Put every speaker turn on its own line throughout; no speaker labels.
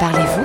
Parlez-vous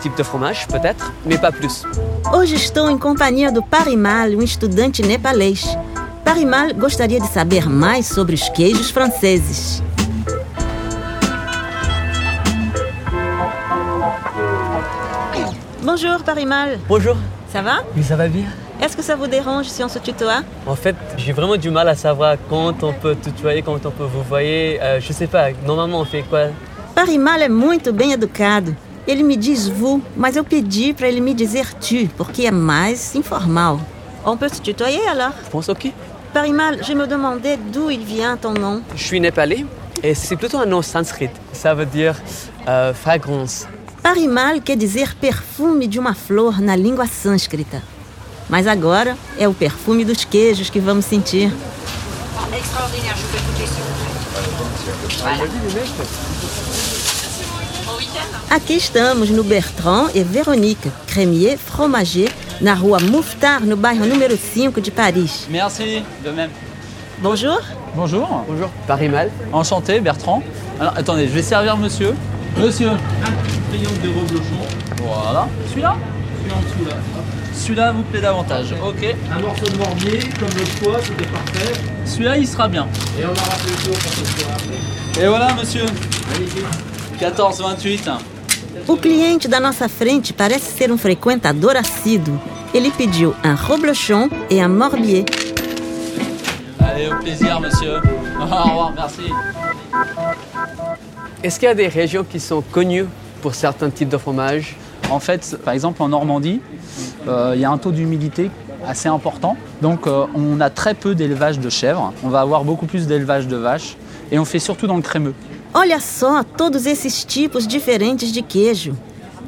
types de fromages peut-être, mais pas plus.
Hoje estou em companhia do Parimal, um estudante nepalês. Parimal gostaria de saber mais sobre os queijos franceses. Bonjour Parimal,
Bonjour,
ça va
mais ça va bien
Est-ce que ça vous dérange si on se tutoie
En fait, j'ai vraiment du mal à savoir quand on peut tutoyer, quand on peut vous voyer. Euh, je sais pas, normalement on fait quoi
Parimal é muito bem educado. Ele me diz vous, mas eu pedi para ele me dizer tu, porque é mais informal. On peut se tutoyer alors
Je pense ok.
Parimal, je me demandais d'où il vient ton nom.
Je suis népalais et c'est plutôt un nom sanskrit. Ça veut dire euh, fragrance.
Parimal quer dizer perfume de uma flor na língua sânscrita. Mas agora é o perfume dos queijos que vamos sentir.
Extraordinaire, je vous fais goûter si vous voulez. Bon week-end.
Aqui estamos no Bertrand e Veronique, Crémier Fromager, na rua Mouffetard, no bairro número 5 de Paris.
Merci, de même.
Bonjour.
Bonjour,
Bonjour. Parimal.
enchanté Bertrand. Alors attendez, je vais servir monsieur. Monsieur, un triomphe de reblochon. Voilà. Celui-là Celui en dessous là. Celui-là vous plaît davantage. Ok.
Un morceau de morbier, comme le choix, c'était parfait.
Celui-là il sera bien.
Et on aura fait le tour quand on sera après.
Et voilà monsieur,
Magnifique.
14,28.
O cliente da nossa frente parece ser um frequentador assíduo. Ele pediu um reblochon e um morbier.
Allez, au plaisir monsieur. Au revoir, merci.
Est-ce qu'il y a des régions qui sont connues pour certains types de fromages
En fait, par exemple en Normandie, euh, il y a un taux d'humidité assez important. Donc euh, on a très peu d'élevage de chèvres. On va avoir beaucoup plus d'élevage de vaches. Et on fait surtout dans le crémeux.
Olha só todos esses tipos diferentes de queijo.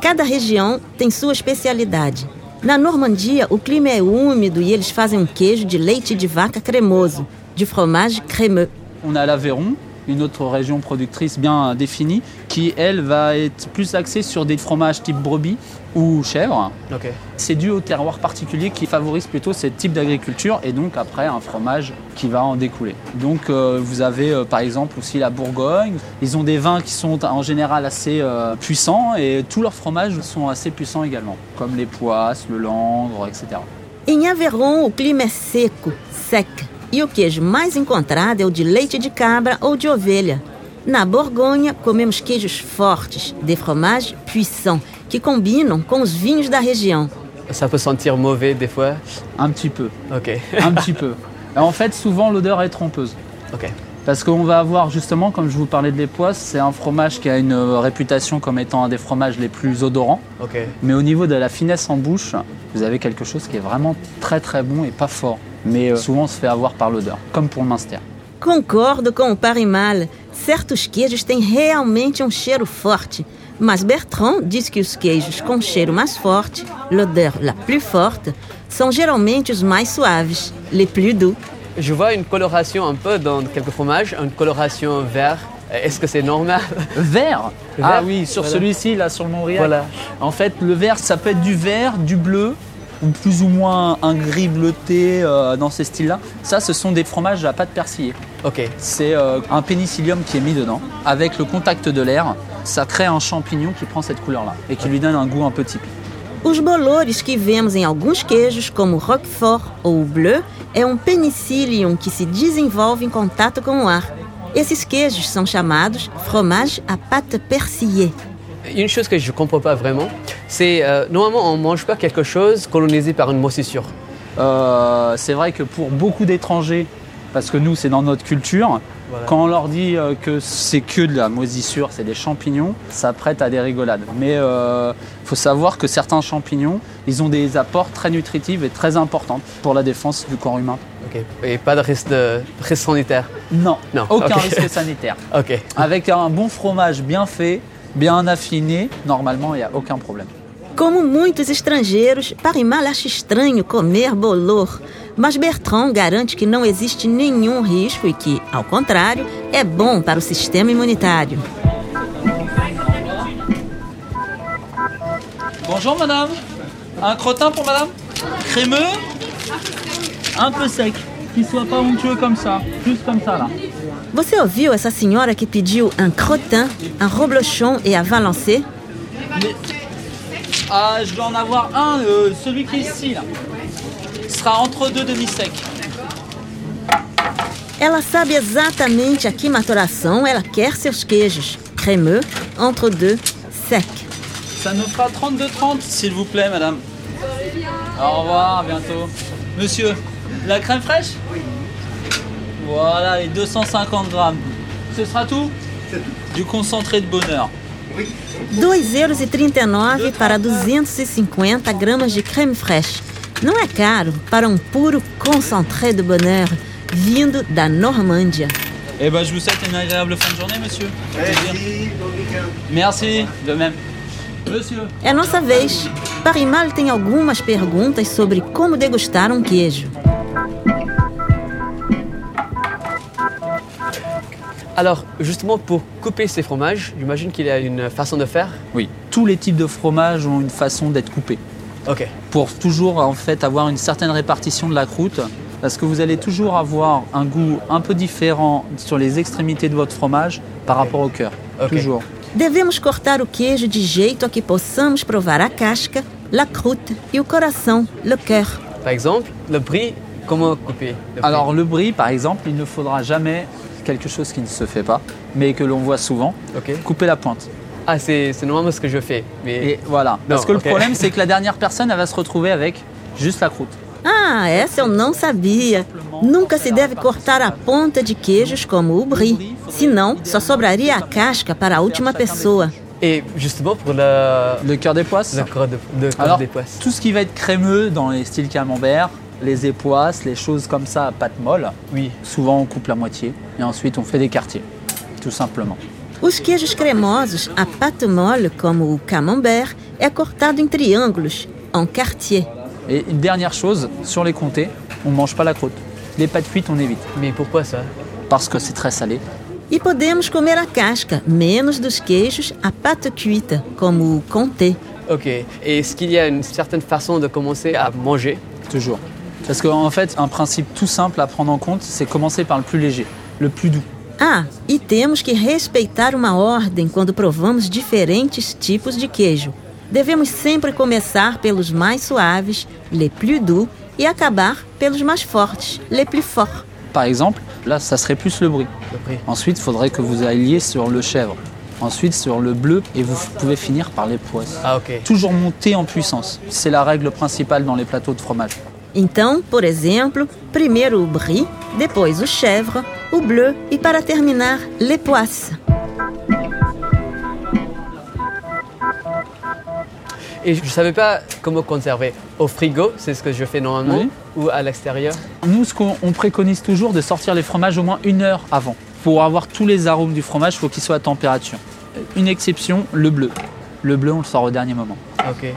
Cada região tem sua especialidade. Na Normandia, o clima é úmido e eles fazem um queijo de leite de vaca cremoso, de fromage crémeux.
On a l'Aveyron, une autre région productrice bien définie, qui elle va être plus axée sur des fromages type brebis ou chèvre.
Ok.
C'est dû au terroir particulier qui favorise plutôt ce type d'agriculture et donc après un fromage qui va en découler. Donc euh, vous avez euh, par exemple aussi la Bourgogne, ils ont des vins qui sont en général assez euh, puissants et tous leurs fromages sont assez puissants également, comme les poisses, le langre, etc.
Em Aveyron, o clima é seco, sec, e o queijo mais encontrado é o de leite de cabra ou de ovelha. Na Borgonha, comemos queijos fortes, de fromage puissant, que combinam com os vinhos da região.
Ça peut sentir mauvais des fois.
Un petit peu,
Ok.
un petit peu. En fait souvent l'odeur est trompeuse.
Ok.
Parce qu'on va avoir justement, comme je vous parlais de les poisses, c'est un fromage qui a une euh, réputation comme étant un des fromages les plus odorants.
Ok.
Mais au niveau de la finesse en bouche, vous avez quelque chose qui est vraiment très très bon et pas fort. Mais euh, souvent on se fait avoir par l'odeur, comme pour le minster.
Concordo com o Parimal. Certos queijos têm realmente um cheiro forte. Mas Bertrand diz que os queijos com cheiro mais forte, l'odeur la plus forte, são geralmente os mais suaves, les plus doux.
Je vois une coloration un peu dans quelques fromages, une coloration vert. Est-ce que c'est normal
Vert
Le
Ah
vert,
oui, sur
voilà.
celui-ci, là, sur le Montréal.
Voilà.
En fait, le vert, ça peut être du vert, du bleu, ou plus ou moins un gris bleuté euh, dans ces styles-là. Ça, ce sont des fromages à pâte persillée.
Ok.
C'est euh, un pénicillium qui est mis dedans. Avec le contact de l'air, ça crée un champignon qui prend cette couleur-là et qui lui donne un goût un peu typique.
Os bolores que vemos em alguns queijos, como o Roquefort ou o Bleu, é um penicillium que se desenvolve em contato com o ar. Esses queijos são chamados fromage à pâte persillée.
Une chose que je ne comprends pas vraiment, c'est euh, normalement on ne mange pas quelque chose colonisé par une moisissure.
Euh, c'est vrai que pour beaucoup d'étrangers, parce que nous, c'est dans notre culture,
Voilà.
quand on leur dit euh, que c'est que de la moisissure, c'est des champignons, ça prête à des rigolades. Mais euh, faut savoir que certains champignons, ils ont des apports très nutritifs et très importants pour la défense du corps humain.
Ok. Et pas de risque, de risque sanitaire.
Non,
Non,
aucun
ok.
risque sanitaire.
Ok.
Avec un bon fromage bien fait, bien affiné, normalement, il n'y a aucun problème.
Como muitos estrangeiros, Parimal acha estranho comer bolor, mas Bertrand garante que não existe nenhum risco e que, ao contrário, é bom para o sistema imunitário.
Bonjour madame. Un crottin pour madame Crémeux Un peu sec. Qu'il soit pas onctueux comme ça. Juste comme ça là.
Você ouviu essa senhora que pediu un crottin, un reblochon et un valencé?
Ah, je dois en avoir un, euh, celui qui est ici là. Ce sera entre deux demi-secs.
Ela sabe exatamente a que maturação ela quer seus queijos. Cremeux, entre deux, sec.
Ça nous fera 32,30 s'il vous plaît madame. Au revoir, à bientôt. Monsieur, la crème fraîche Voilà, les 250 grammes. Ce sera tout Du concentré de bonheur.
2,39 euros para 250 gramas de creme fraîche. Não é caro para um puro concentré de bonheur vindo da Normândia.
Eh ben, je vous souhaite une agréable fin de journée, monsieur. Merci, Merci, de même. Monsieur.
É nossa vez. Parimal tem algumas perguntas sobre como degustar um queijo.
Alors, justement, pour couper ces fromages, j'imagine qu'il y a une façon de faire.
Oui, tous les types de fromages ont une façon d'être coupés
Ok.
pour toujours en fait avoir une certaine répartition de la croûte parce que vous allez toujours avoir un goût un peu différent sur les extrémités de votre fromage par rapport au cœur.
Ok.
Toujours.
Devemos cortar o queijo de jeito a que possamos provar a casca, la croûte e o coração, le cœur.
Par exemple, le brie, comment couper le brie
Alors le brie par exemple, il ne faudra jamais quelque chose qui ne se fait pas mais que l'on voit souvent,
Ok.
couper la pointe.
Ah, c'est c'est normalement ce que je fais. Mais
Et voilà. Parce que
ok.
le problème c'est que la dernière personne elle va se retrouver avec juste la croûte.
Ah, essa eu não sabia. Nunca se deve cortar a ponta de queijos como o brie, senão só sobraria a casca para a última pessoa.
et justement pour le
Le cœur des poisses
le corps de le corps
Alors,
des poisses.
tout ce qui va être crémeux dans les styles camembert, les époisses, les choses comme ça à pâte molle,
Oui.
Souvent, on coupe la moitié et ensuite on fait des quartiers, tout simplement.
Os queijos cremosos a pato mole, como o camembert, é cortado em triângulos, en quartier.
Et une dernière chose, sur les comtés, on ne mange pas la croûte. Les pâtes cuites, on évite
Mais pourquoi ça
parce que c'est très salé.
E podemos comer a casca, menos dos queijos a pato cuita, como o comté.
Ok. Et est-ce qu'il y a une certaine façon de commencer à manger
Toujours. Parce qu'en fait, un principe tout simple à prendre en compte, c'est commencer par le plus léger, le plus doux.
Ah, e temos que respeitar uma ordem quando provamos diferentes tipos de queijo. Devemos sempre começar pelos mais suaves, les plus doux, e acabar pelos mais fortes, les plus forts.
Par exemple, là, ça serait plus le bruit.
le brie
Ensuite, il faudrait que vous alliez sur le chèvre. Ensuite, sur le bleu, et vous pouvez finir par les poisses.
Ah ok.
Toujours monter en puissance. C'est la règle principale dans les plateaux de fromage.
Então, por exemplo, primeiro o brie, depois o chèvre, o bleu e para terminar, les poisses.
Et je savais pas comment conserver au frigo, c'est ce que je fais normalement,
Oui.
ou à l'extérieur.
Nous, ce qu'on on préconise toujours, de sortir les fromages au moins une heure avant. Pour avoir tous les arômes du fromage, il faut qu'ils soient à température. Une exception, le bleu. Le bleu, on le sort au dernier moment.
Ok.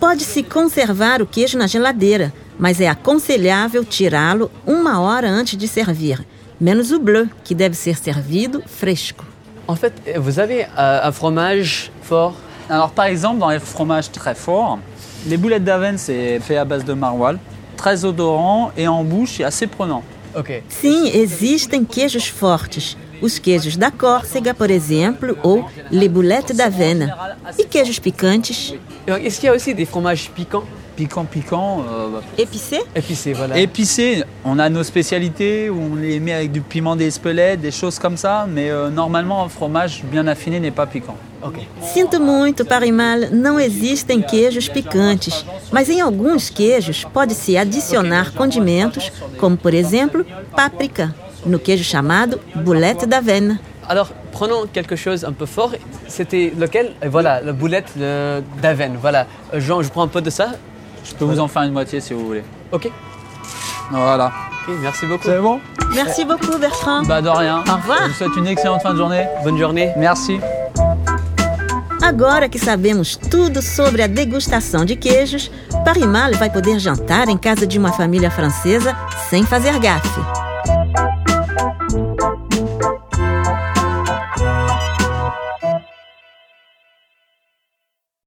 Pode-se conservar o queijo na geladeira, mas é aconselhável tirá-lo uma hora antes de servir, menos o bleu, que deve ser servido fresco.
En fait, vous avez euh, un fromage fort.
Alors, par exemple, dans les fromages très forts, les boulettes d'avenne, c'est fait à base de maroilles. Très odorant et en bouche, et assez prenant.
Ok.
Sim, existem queijos fortes. Os queijos da Córcega, por exemplo, ou les boulettes d'avena. E queijos picantes?
Donc, Euh, Est-ce qu'il y a aussi des fromages piquants,
Piquant, piquant. euh, bah,
Épicé?
épicés, voilà
Épicé, on a nos spécialités où on les met avec du piment d'Espelette, des choses comme ça, mais euh, normalement un fromage bien affiné n'est pas piquant.
Ok.
Sinto muito, Parimal, não existem queijos picantes, mas em alguns queijos pode-se adicionar condimentos, como por exemplo, páprica, no queijo chamado boulette d'avena.
Alors, prenons quelque chose un peu fort. C'était lequel Et Voilà, la boulette le- d'avenne. Voilà. Euh, Jean, je prends un peu de ça.
Je peux vous en faire une moitié si vous voulez.
Ok.
Voilà.
Ok, merci beaucoup.
bon
Merci beaucoup, Bertrand.
Bah de rien.
Au revoir.
Je vous souhaite une excellente fin de journée.
Bonne journée.
Merci.
Agora que sabemos tudo sobre a degustação de queijos, Parimal vai poder jantar em casa de uma família francesa sem fazer gafe.